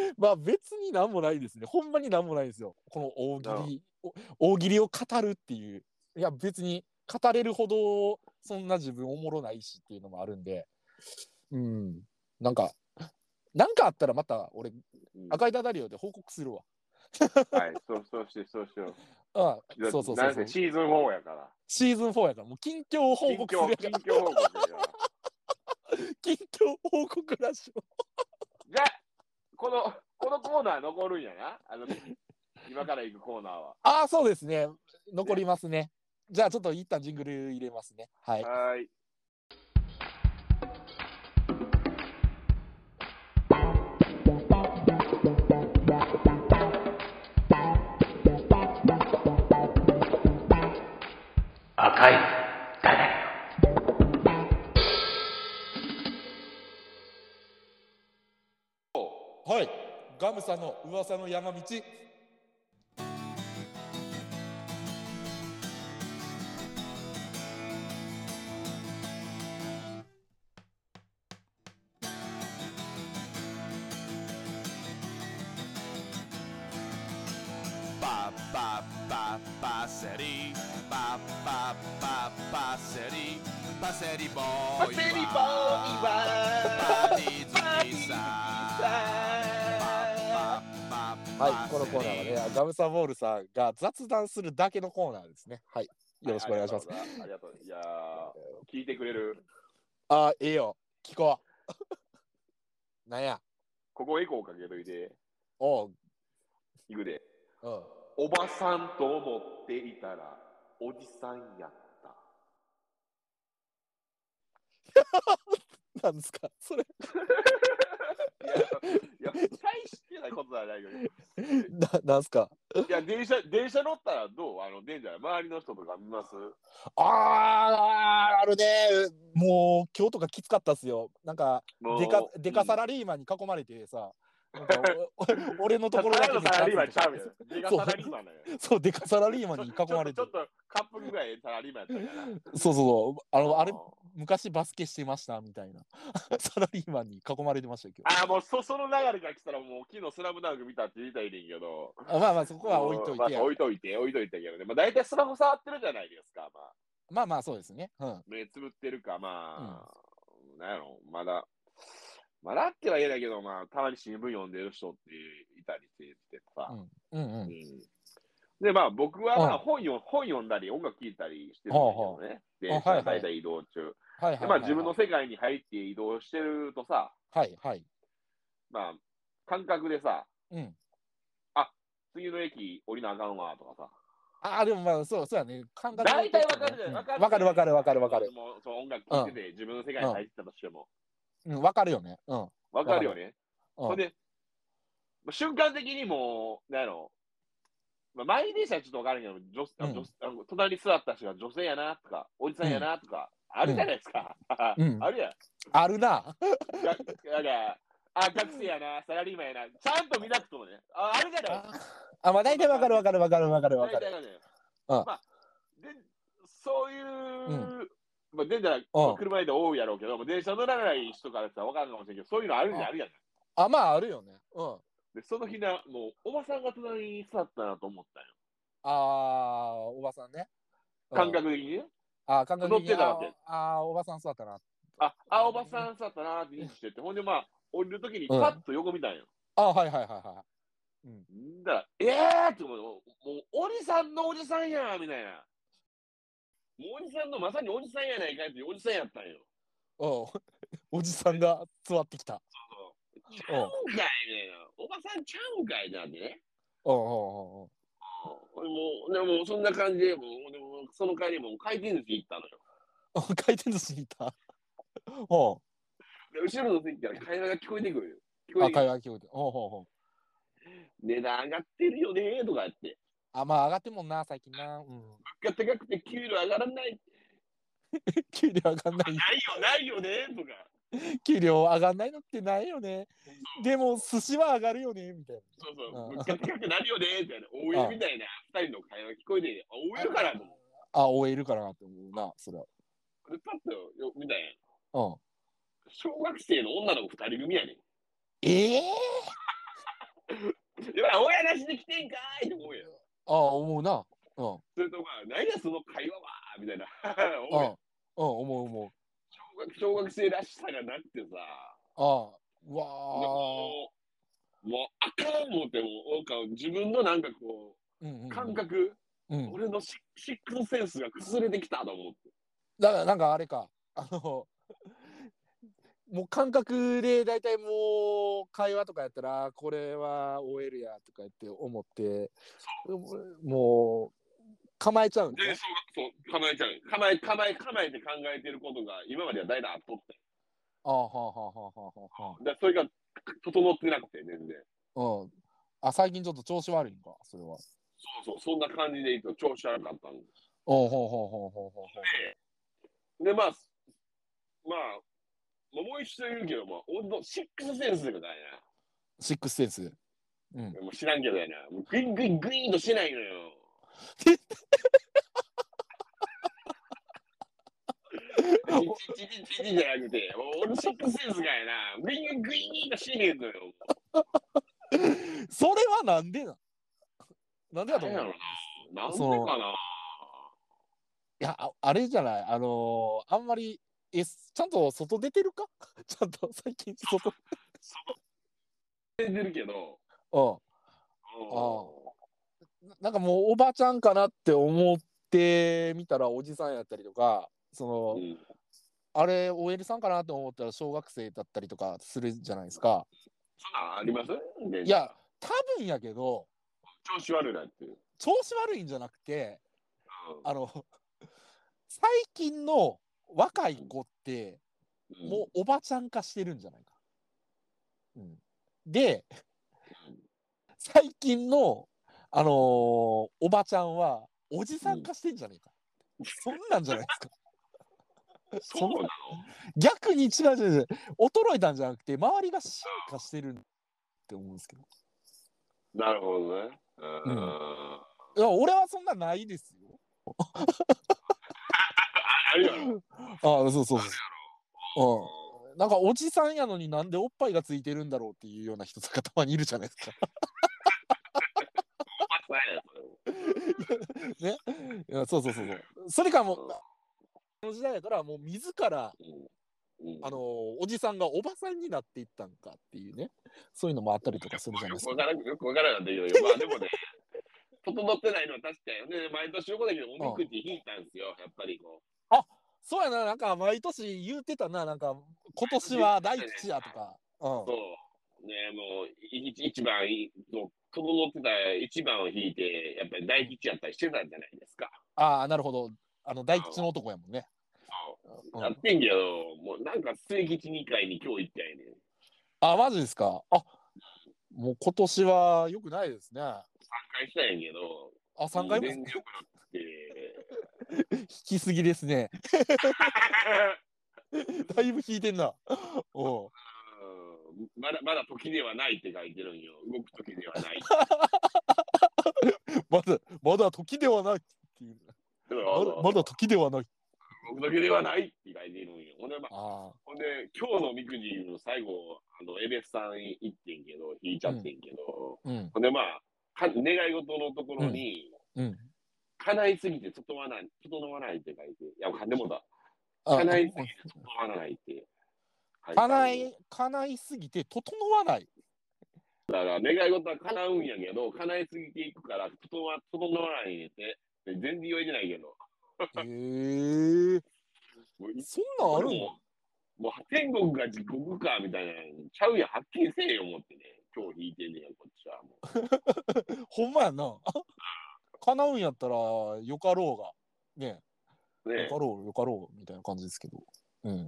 Speaker 2: まあ別になんもないですね。ほんまになんもないですよ。この大
Speaker 1: なる
Speaker 2: 喜利、お大喜利を語るっていう。いや別に語れるほどそんな自分おもろないしっていうのもあるんで。うん。なんか、なんかあったらまた俺、
Speaker 1: うん
Speaker 2: 赤いダダリオで報告するわ。
Speaker 1: はい、そう、そうして、そうしてよ
Speaker 2: あ
Speaker 1: だ
Speaker 2: あそうそうそ
Speaker 1: な
Speaker 2: うんそ
Speaker 1: せ
Speaker 2: う。
Speaker 1: シーズン4やから。
Speaker 2: シーズン4やから、もう近況報
Speaker 1: 近
Speaker 2: 告する
Speaker 1: 況、
Speaker 2: や
Speaker 1: 近
Speaker 2: から、
Speaker 1: 況報告やから。
Speaker 2: 近況報告ラッシュ。
Speaker 1: じゃあ、この、このコーナー残るんやな。あの、今から行くコーナーは。
Speaker 2: ああ、そうですね。残りますね。じゃあちょっと一旦ジングル入れますね。はい。
Speaker 1: はーい。
Speaker 3: 赤い誰
Speaker 2: はい、ガムさんの噂の山道。
Speaker 4: Ba ba ba ba city. Ba ba ba ba city. Ba city boy. Ba
Speaker 1: city boy, wa.
Speaker 4: Ba ni zukisa. Ba ba ba
Speaker 2: はい、このコーナーはね、ガムサボールさんが雑談するだけのコーナーですね。はい、よろしくお願いします。
Speaker 1: はありがとうございます。ありがとう。いやー聞いてくれる。
Speaker 2: あ、いいよ、聞こう。 なんや、
Speaker 1: ここエコーかけといて、
Speaker 2: おう、
Speaker 1: 行くで。
Speaker 2: うん。
Speaker 1: おばさんと思っていたら、おじさんやった。
Speaker 2: なんですか、それ、
Speaker 1: いや、いや大してないことはないけど。
Speaker 2: ななんすか。
Speaker 1: いや、電車、電車乗ったらどうあの、電車、周りの人とか見ます
Speaker 2: ああ、あるね、もう今日とかきつかったっすよ。なんか、
Speaker 1: もう
Speaker 2: デカ、デカサラリーマンに囲まれて さ。なんかお俺のところだけ
Speaker 1: ただのサラリーマンちゃうやん。デカサラリーマンだよ。
Speaker 2: そう、デカサラリーマンに
Speaker 1: ちょ
Speaker 2: 囲まれて
Speaker 1: ちょっ。とちょっとカップぐらいサラリーマンやったから。
Speaker 2: そうそうそう。あの、あれ
Speaker 1: ー、
Speaker 2: 昔バスケしてましたみたいな。 サラリーマンに囲まれてましたよ、今日。
Speaker 1: あーもうそその流れが来たらもう昨日スラムダンク見たって言いたいねんけど。
Speaker 2: あまあまあ、そこは置いといて
Speaker 1: まあ
Speaker 2: や。
Speaker 1: 置いといて、置いといてやけどね。まあ大体スマホ触ってるじゃないですか。まあ、
Speaker 2: まあまあ、そうですね。うん。
Speaker 1: 目つぶってるか、まあ、なんやろ、まだ。まだっては言えないけど、まあ、たまに新聞読んでる人っていたりしてさ。
Speaker 2: うんう
Speaker 1: うん
Speaker 2: ん。
Speaker 1: で、まあ僕はまあ
Speaker 2: うん
Speaker 1: 本読本読んだり音楽聴いたりしてるんだけどね。で、
Speaker 2: あはいはい
Speaker 1: 大体移動中。
Speaker 2: はいはいはい、
Speaker 1: で、
Speaker 2: はい。
Speaker 1: まあ自分の世界に入って移動してるとさ、
Speaker 2: はいはい。
Speaker 1: まあ、感覚でさ、
Speaker 2: うん。
Speaker 1: 次の駅降りなあかんわとかさ。
Speaker 2: ああ、でもまあ、そう、そうやね。感覚
Speaker 1: 大体わかるじゃ
Speaker 2: うん
Speaker 1: ない
Speaker 2: うんわかるわかるわかるわかる。
Speaker 1: もうその音楽聴いてて、自分の世界に入ってたとしても。
Speaker 2: うん、わかるよね。うん。うん。
Speaker 1: わかるよね。
Speaker 2: うん
Speaker 1: それで、もう瞬間的にもう、なんやろ、まあ、満員電車はちょっとわからんけど、女あ
Speaker 2: うん
Speaker 1: 女あの隣に座った人が女性やなとか、おじさんやなとか、あるじゃないですか。
Speaker 2: うん
Speaker 1: あるやん。
Speaker 2: あるな。
Speaker 1: がなんか、あ、学生やな、サラリーマンやな、ちゃんと見なくてもね、ああるじゃない
Speaker 2: あ、まあ大体わかるわかるわかるわかるわ
Speaker 1: 大
Speaker 2: かる。
Speaker 1: 体がね、
Speaker 2: うん
Speaker 1: まあ、で、そういう、まあ、電車、
Speaker 2: う
Speaker 1: ま
Speaker 2: ん
Speaker 1: あ、車で多いやろうけど、もう電車乗らない人からしたら分からんかもしれんけど、そういうのあるじゃん、あるやん。
Speaker 2: あ、まああるよね。うん。
Speaker 1: で、その日な、もう、おばさんが隣に座ったなと思ったよ。
Speaker 2: ああ、おばさんね。うん
Speaker 1: 感。覚的にね。
Speaker 2: ああ、感覚
Speaker 1: 乗
Speaker 2: 的に
Speaker 1: ってたわけ
Speaker 2: ああ、おばさん座ったな。
Speaker 1: あ、あ、おばさん座ったなって認識してて、ほんで、まあ、降りるときにパッと横見たんよ。
Speaker 2: ああ、はいはいはいはい。
Speaker 1: だから、えーって思う、もう、おじさんのおじさんやみたいな。もうおじさんの、まさにおじさんやないかいっていうおじさんやったんよ。
Speaker 2: おう おじさんが座ってきた。
Speaker 1: ちゃうんかいみたいな。おばさんちゃうんかいってなってね。
Speaker 2: おうお
Speaker 1: 俺もう、でも、そんな感じで、もう、でもその帰りもう回転寿司行ったのよ。
Speaker 2: うおうおう回転寿司にいた。おう
Speaker 1: で後ろの席から会話が聞こえてくるよ。聞こえ
Speaker 2: あ、
Speaker 1: てく
Speaker 2: 会
Speaker 1: る。
Speaker 2: 話聞こえて。おうおうおう
Speaker 1: 値段上がってるよねとか言って。
Speaker 2: あ、まあ上がってんもんな、最近な。うん。
Speaker 1: 物価高くて給料上がらない。
Speaker 2: 給料上がんない。
Speaker 1: ないよ、ないよねとか。
Speaker 2: 給料上がんないのってないよね。でも、寿司は上がるよね、みたいな。
Speaker 1: そう
Speaker 2: う
Speaker 1: そ
Speaker 2: ん
Speaker 1: う、ぶっかけたくなるよね、みたいな、OL みたいな、二人の会話聞こえてね、あ、OL からも、
Speaker 2: あ、終えるからなって思うな、それは。
Speaker 1: で、パッとよ見たんや
Speaker 2: うん。
Speaker 1: 小学生の女の子二人組やねん。
Speaker 2: ええ
Speaker 1: いや、親なしで来てんかーいと思うやん。
Speaker 2: ああ、思うな。うん。
Speaker 1: それと、まあ、何やその会話は、みたいな。
Speaker 2: うん。う
Speaker 1: 俺
Speaker 2: ん、思う思う。
Speaker 1: 小学小学生らしさがなくてさ、
Speaker 2: ああ、うわあ。
Speaker 1: もう、もうあかん思っても、なんか自分のなんかこ
Speaker 2: うんうんう
Speaker 1: う、
Speaker 2: ん
Speaker 1: 感覚、
Speaker 2: うん。
Speaker 1: 俺のシシックスセンスが崩れてきたと思って。
Speaker 2: だからなんかあれかあの もう感覚で大体もう会話とかやったらあこれは OL やとか言って思ってもう構えちゃうん
Speaker 1: で
Speaker 2: だ、ね、
Speaker 1: そう、そう、構えちゃう。構え、構え、構えて考えてることが、今までは代々あっとって。
Speaker 2: ああはあはあはあはあは
Speaker 1: だからそれが整ってなくて、全然。
Speaker 2: あうんあ最近ちょっと調子悪いんかそれは
Speaker 1: そうそう、そんな感じでいくと調子悪かったんで
Speaker 2: おうほうほうほうほうほうほう
Speaker 1: で、まあ、まあ、もう一度言うけど、まあ、俺のシックスセンスみたい
Speaker 2: シックスセンスうん
Speaker 1: な。もう知らんけどやな。もうグイグイグイーンとしないのよ。チチチチチじゃなくて、もう俺のシックスセンスがやな。グイグイグイーンとしねえのよ。
Speaker 2: それはなんでなんなんでだと思う
Speaker 1: なんやろな。なんで
Speaker 2: その
Speaker 1: かな。
Speaker 2: いや、ああれじゃない、あのーあんまり、え、ちゃんと外出てるか ちゃんと最近 外、
Speaker 1: 出てるけど。
Speaker 2: うん、ななんかもうおばちゃんかなって思ってみたらおじさんやったりとか、その、
Speaker 1: うん
Speaker 2: あれ OL さんかなと思ったら小学生だったりとかするじゃないですか。
Speaker 1: そんなんあります
Speaker 2: いや、多分やけど、
Speaker 1: 調子悪いなっていう。
Speaker 2: 調子悪いんじゃなくて、あの、最近の若い子って、
Speaker 1: うん
Speaker 2: もうおばちゃん化してるんじゃないか。うん、で
Speaker 1: うん
Speaker 2: 最近の、あのーおばちゃんはおじさん化してんじゃないか、そんなんじゃないですか
Speaker 1: そうなの
Speaker 2: 逆に違う違う違う衰えたんじゃなくて周りが進化してるって思うんですけど
Speaker 1: なるほどね。う。
Speaker 2: うんん
Speaker 1: あ
Speaker 2: いや俺はそんなないですよ
Speaker 1: あるやろ。
Speaker 2: ああそうそうそう、うん、なんかおじさんやのになんでおっぱいがついてるんだろうっていうような人とかたまにいるじゃないですか
Speaker 1: おばさんやそれ
Speaker 2: ね、いやそうそうそうそう。それかもう、この時代だから、もう自ら、
Speaker 1: うんうん
Speaker 2: あのーおじさんがおばさんになっていったんかっていうね、そういうのもあったりとかするじゃな
Speaker 1: よ
Speaker 2: いです
Speaker 1: く
Speaker 2: か
Speaker 1: わ。からん、よくわからなかった けど、まあでもね、整ってないのは確かよね。毎年横だけど、おみくじ引いたんですよ、やっぱりこう。
Speaker 2: そうやな、なんか毎年言うてたな、なんか、今年は大吉やとか。
Speaker 1: そうう。ね、もう、いい一番いい、そう整ってた一番を引いて、やっぱり大吉やったりしてたんじゃないですか。
Speaker 2: ん。ああ、なるほど。あの、大吉の男やもんね。う
Speaker 1: やっ
Speaker 2: ん、
Speaker 1: てんけど、もうなんか末吉2回に今日行ったんやね
Speaker 2: あ、マジですか。あもう今年は良くないですね。あ、
Speaker 1: 3回したんやけど、
Speaker 2: 3回も
Speaker 1: 全然良くなくて。
Speaker 2: 引きすぎですね。 だいぶ引いてんな。おう
Speaker 1: うんまだまだ時ではないって書いてるんよ。動く時ではない。
Speaker 2: まだ、まだ時ではないっていう。まだまだ時ではない。
Speaker 1: 動く時ではないって書いてるんよ。ほんで、まあ、
Speaker 2: あ
Speaker 1: ほんで今日のみくじの最後、あのエレスさん行ってんけど、引いちゃってんけど、
Speaker 2: あ、うん、
Speaker 1: ほんで、まあ、か願い事のところに、
Speaker 2: うん。
Speaker 1: 叶いすぎて整わない、整わないって書いて、いや、金もだ、
Speaker 2: あ
Speaker 1: 叶いすぎて整わないって書いてある。
Speaker 2: 叶い、叶いすぎて整わない。
Speaker 1: だから願い事は叶うんやけど、叶いすぎていくから、整わ整わないねって、全然言えてないけど。
Speaker 2: ええ
Speaker 1: もうい
Speaker 2: そんなんある
Speaker 1: もうもう天国が地獄かみたいなのちゃうやん、はっきりせえよ、思ってね。今日引いてんねや、こっちは。もう
Speaker 2: のほんま やな。叶うんやったら、よかろうが。ね
Speaker 1: ね
Speaker 2: よかろう、よかろう、みたいな感じですけど。うん。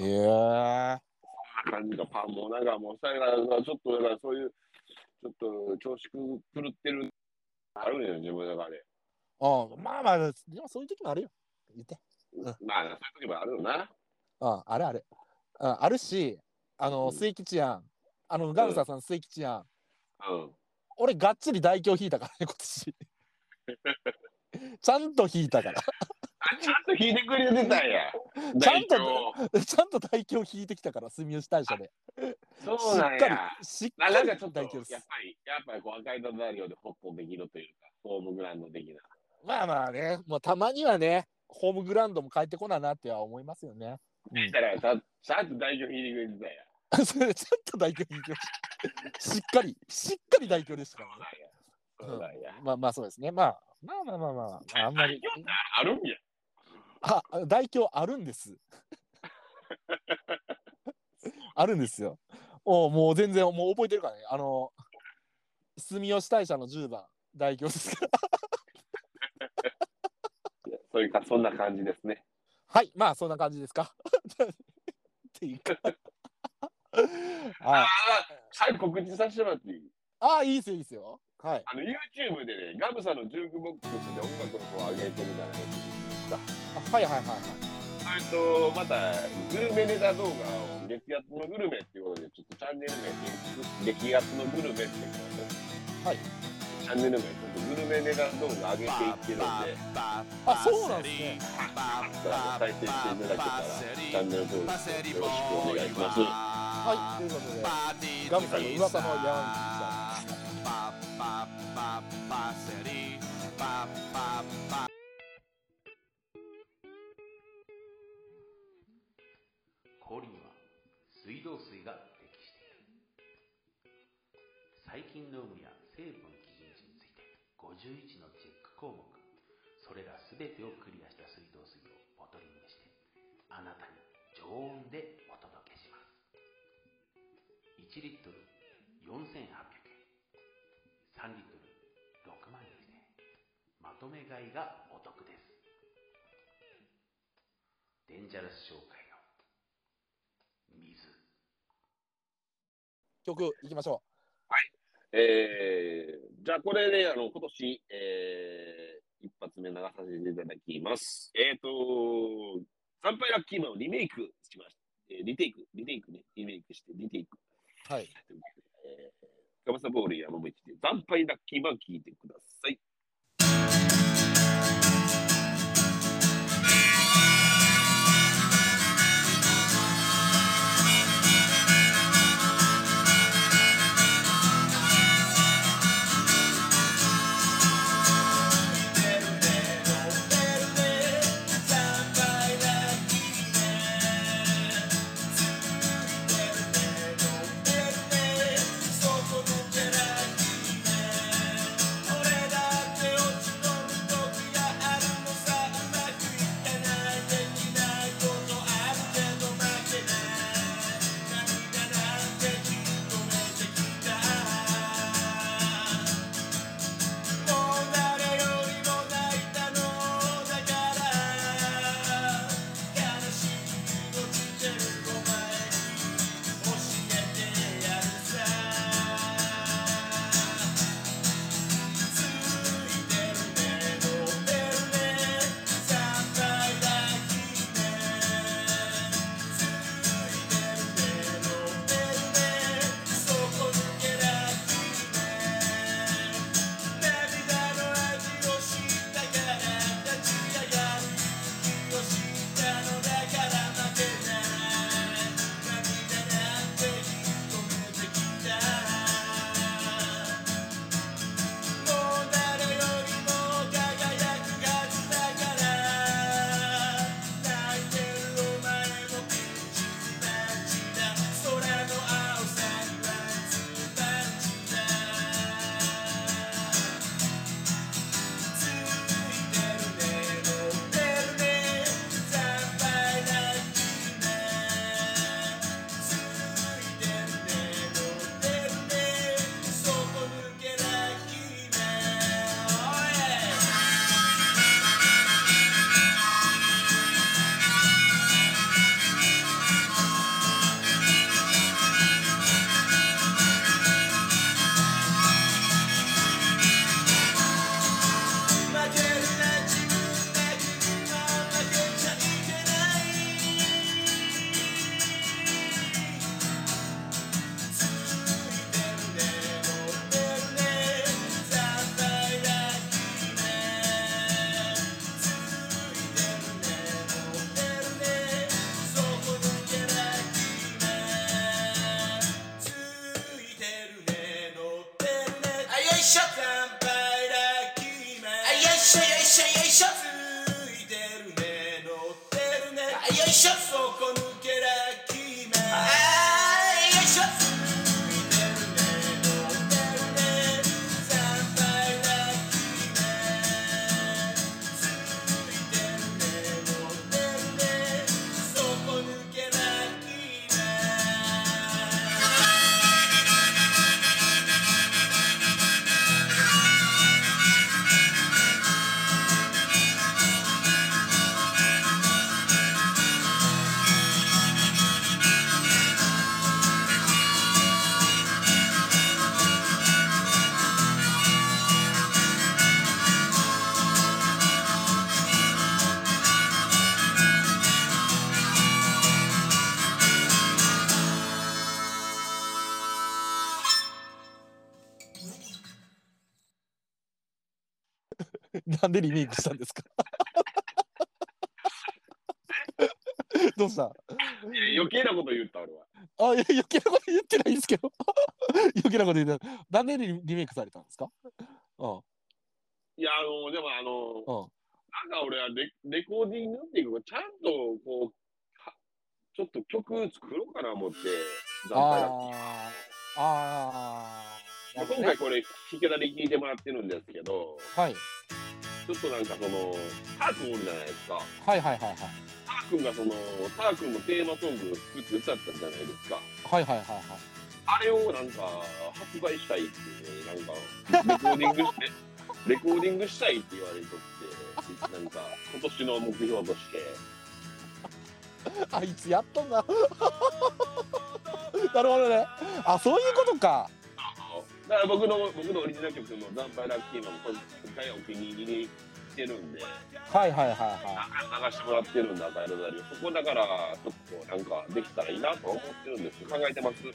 Speaker 2: ええ
Speaker 1: そんな感じがパンもなんかもう、さやから、ちょっと、だからそういう、ちょっと調子狂ってる、あるんよ、自分の中で。
Speaker 2: ああまあまあ、でもそういう時もあるよ。言って。
Speaker 1: まあ、そういう時もあるよな。
Speaker 2: あああれあれ。ああるし、あの、
Speaker 1: うん
Speaker 2: 末吉やん。あの、ガムサさん、末吉やん。
Speaker 1: うん。
Speaker 2: 俺、がっちり大凶引いたからね、今年。 ちゃんと引いたから。
Speaker 1: ちゃんと弾いてくれてたんや。
Speaker 2: ちゃんと
Speaker 1: 代表
Speaker 2: ちゃんと大凶引いてきたから、住吉大社で。
Speaker 1: そうなん
Speaker 2: しっかり
Speaker 1: や。、
Speaker 2: しっ
Speaker 1: あなん
Speaker 2: か
Speaker 1: かちょ
Speaker 2: り
Speaker 1: っと、や
Speaker 2: 大
Speaker 1: っぱ
Speaker 2: 凶です。
Speaker 1: り、やっぱりこう赤いダダリオでホッとできるというか、ホームグラウンド的な。
Speaker 2: まあまあね、もうたまにはね、ホームグラウンドも帰ってこないなっては思いますよね。
Speaker 1: だから、ちゃんちゃんと代表弾いてくれてたんや。
Speaker 2: それでちゃんと大凶引いてました。しっかり、しっかり大凶でしたからね。
Speaker 1: そうなんや。
Speaker 2: まあまあそうですね。まあ、まあまあまあまあ、あんまり。
Speaker 1: あるんや。
Speaker 2: あ、大凶あるんです。 あるんですよ。おうもう全然、もう覚えてるからね。あの、住吉大社の10番、大凶ですから。
Speaker 1: そういうか、そんな感じですね。
Speaker 2: はい、まあそんな感じですか。っていうか。はい
Speaker 1: あ、はい、告知させてもらっていい
Speaker 2: あ、いいですよ、いいですよ。はい。
Speaker 1: あの、YouTube でね、ガムさんのジュークボックスで音楽の方を上げてるからね。
Speaker 2: あはいはいはいは
Speaker 1: え
Speaker 2: い。
Speaker 1: っと、また、グルメネタ動画を激アツのグルメっていうことで、ちょっとチャンネル名、激アツのグルメっていうことで、
Speaker 2: はい。
Speaker 1: チャンネル名、ちょっとグルメネタ動画上げていってるんで、
Speaker 2: あそうなんですね
Speaker 1: 再生していただけたら、チャンネル登録よろしくお願いします。
Speaker 2: はい、ということで、ガムさんの噂の山口さん。
Speaker 3: 氷には水道水が適している細菌の有無や成分基準値について51のチェック項目それら全てをクリアした水道水をボトリングしてあなたに常温でお届けします1リットル4800円3リットル6万円でまとめ買いがお得ですデンジャラス商会の水
Speaker 2: 曲いきましょ
Speaker 1: えーじゃあこれで、あの、今年、えー一発目流させていただきます。えっ、ー、と、乾杯ラッキーマンをリメイクしました。えーリテイク、リテイクね、リメイクして、リテイク。
Speaker 2: う。はい。
Speaker 1: えー、ガマサボール山道で惨敗ラッキーマン聞いてください。
Speaker 5: 「俺だって落ち込んで」
Speaker 2: なんでリメイクしたんですかどうした
Speaker 6: 余計なこと言った俺は
Speaker 2: あ、いや、余計なこと言ってないんですけど。余計なこと言ってない。なんでリリメイクされたんですかうん。
Speaker 6: いやあのでもあ
Speaker 2: う
Speaker 6: の
Speaker 2: ん。
Speaker 6: なんか俺はレレコーディングっていうか、ちゃんとこう、かちょっと曲作ろうかな思って、団体だっ
Speaker 2: ああ。ああ。なる
Speaker 6: て
Speaker 2: ほど
Speaker 6: 今
Speaker 2: ね
Speaker 6: 回これ、弾き語り聴いてもらってるんですけど、
Speaker 2: はい。
Speaker 6: ちょっとなんかその、タークンおるじゃないですか。
Speaker 2: はいはいはいはい。
Speaker 6: タークンがその、タークンのテーマソング作って歌ったじゃないですか。
Speaker 2: はいはいはいはい。
Speaker 6: あれをなんか、発売したいっていう、なんか、レコーディングして、レコーディングしたいって言われとって、なんか、今年の目標として、
Speaker 2: あいつやっとんな。 なるほどね。あ、そういうことか。
Speaker 6: だから僕の僕のオリジナル曲の「ザンパイラッキーマン」も今回お気に入りにしてるんで
Speaker 2: はいはいはいは
Speaker 6: 流してもらってるんだバイロダリオそこだからちょっとなんかできたらいいなと思ってるんです考えてます
Speaker 2: い。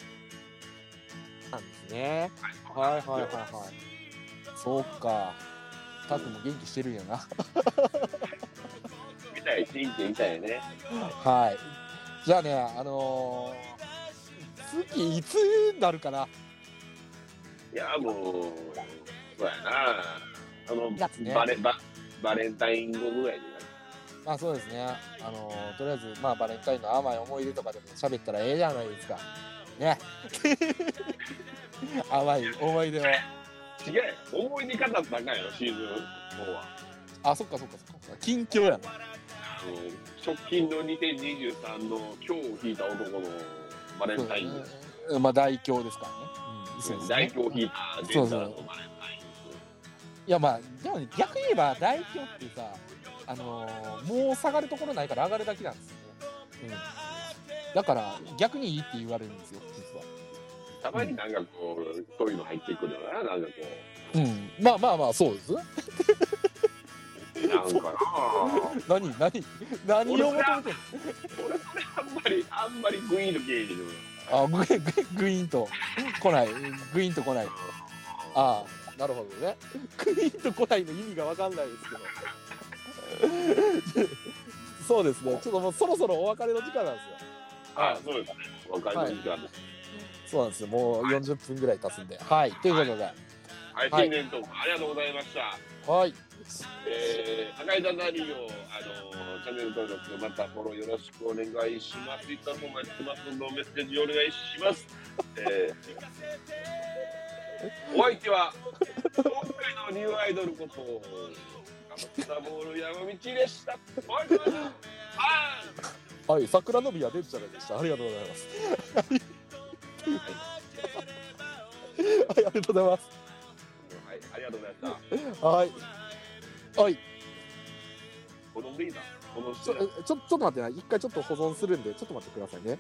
Speaker 2: なんですね。はいはいはいはい。そうか。たくも元気してるんやな。
Speaker 6: みたいしんてみたいね
Speaker 2: はい。じゃあね、あのー、月いつになるかな。
Speaker 6: いやもうそうやなあの、
Speaker 2: やつね
Speaker 6: バレババレンタイン後ぐらいで
Speaker 2: まあそうですね。あのーとりあえず、まあバレンタインの甘い思い出とかでも喋ったらええじゃないですか。 ね。甘い思い出を。
Speaker 6: 違うよ思い出方ったらあかんやろシーズン4は
Speaker 2: あ、そっかそっかそっか。近況やな。
Speaker 6: あの直近の2023の今日弾いた男のバレンタイン
Speaker 2: うんまあ大凶ですからね。うん、そうですね
Speaker 6: 大表ヒーターデータのバレンタイ
Speaker 2: いやまあ、でもね逆に言えば大凶ってさ、あのーもう下がるところないから上がるだけなんですよね。うん。だから逆にいいって言われるんですよ、実は。
Speaker 6: ン。たまになんかこう、そういうの入ってくるよな、なんかこ
Speaker 2: うん、まあまあまあそうです
Speaker 6: う。なんかなあ
Speaker 2: 何何何を求めてんの
Speaker 6: 俺それあんまり、あんまりグイーンとゲージでも。
Speaker 2: あグイグイグイーンと来ないグイーンと来ないああなるほどねグイーンと来ないの意味が分かんないですけど そうですねちょっともうそろそろお別れの時間なんですよ
Speaker 6: あそうですね。若いの時間です。
Speaker 2: そうなんですよもう40分ぐらい経つんではいということで
Speaker 6: はい、
Speaker 2: はい
Speaker 6: 新年トークありがとうございました。
Speaker 2: はい
Speaker 6: えー、赤いダダリオ、あの、チャンネル登録、またフォローよろしくお願いします。ツイッターも待ってますので、メッセージお願いします。えー、お相手は、今回のニューアイドルこと、ガムタボール山道でした。バイバイあー
Speaker 2: はい桜の宮出るじゃないでしたありがとうございますはいありがとうございます
Speaker 6: はい、ありがとうございました。
Speaker 2: はいはい
Speaker 6: このリーダー、この
Speaker 2: ちょ
Speaker 6: 人
Speaker 2: えちょちょっと待ってな一回ちょっと保存するんでちょっと待ってくださいね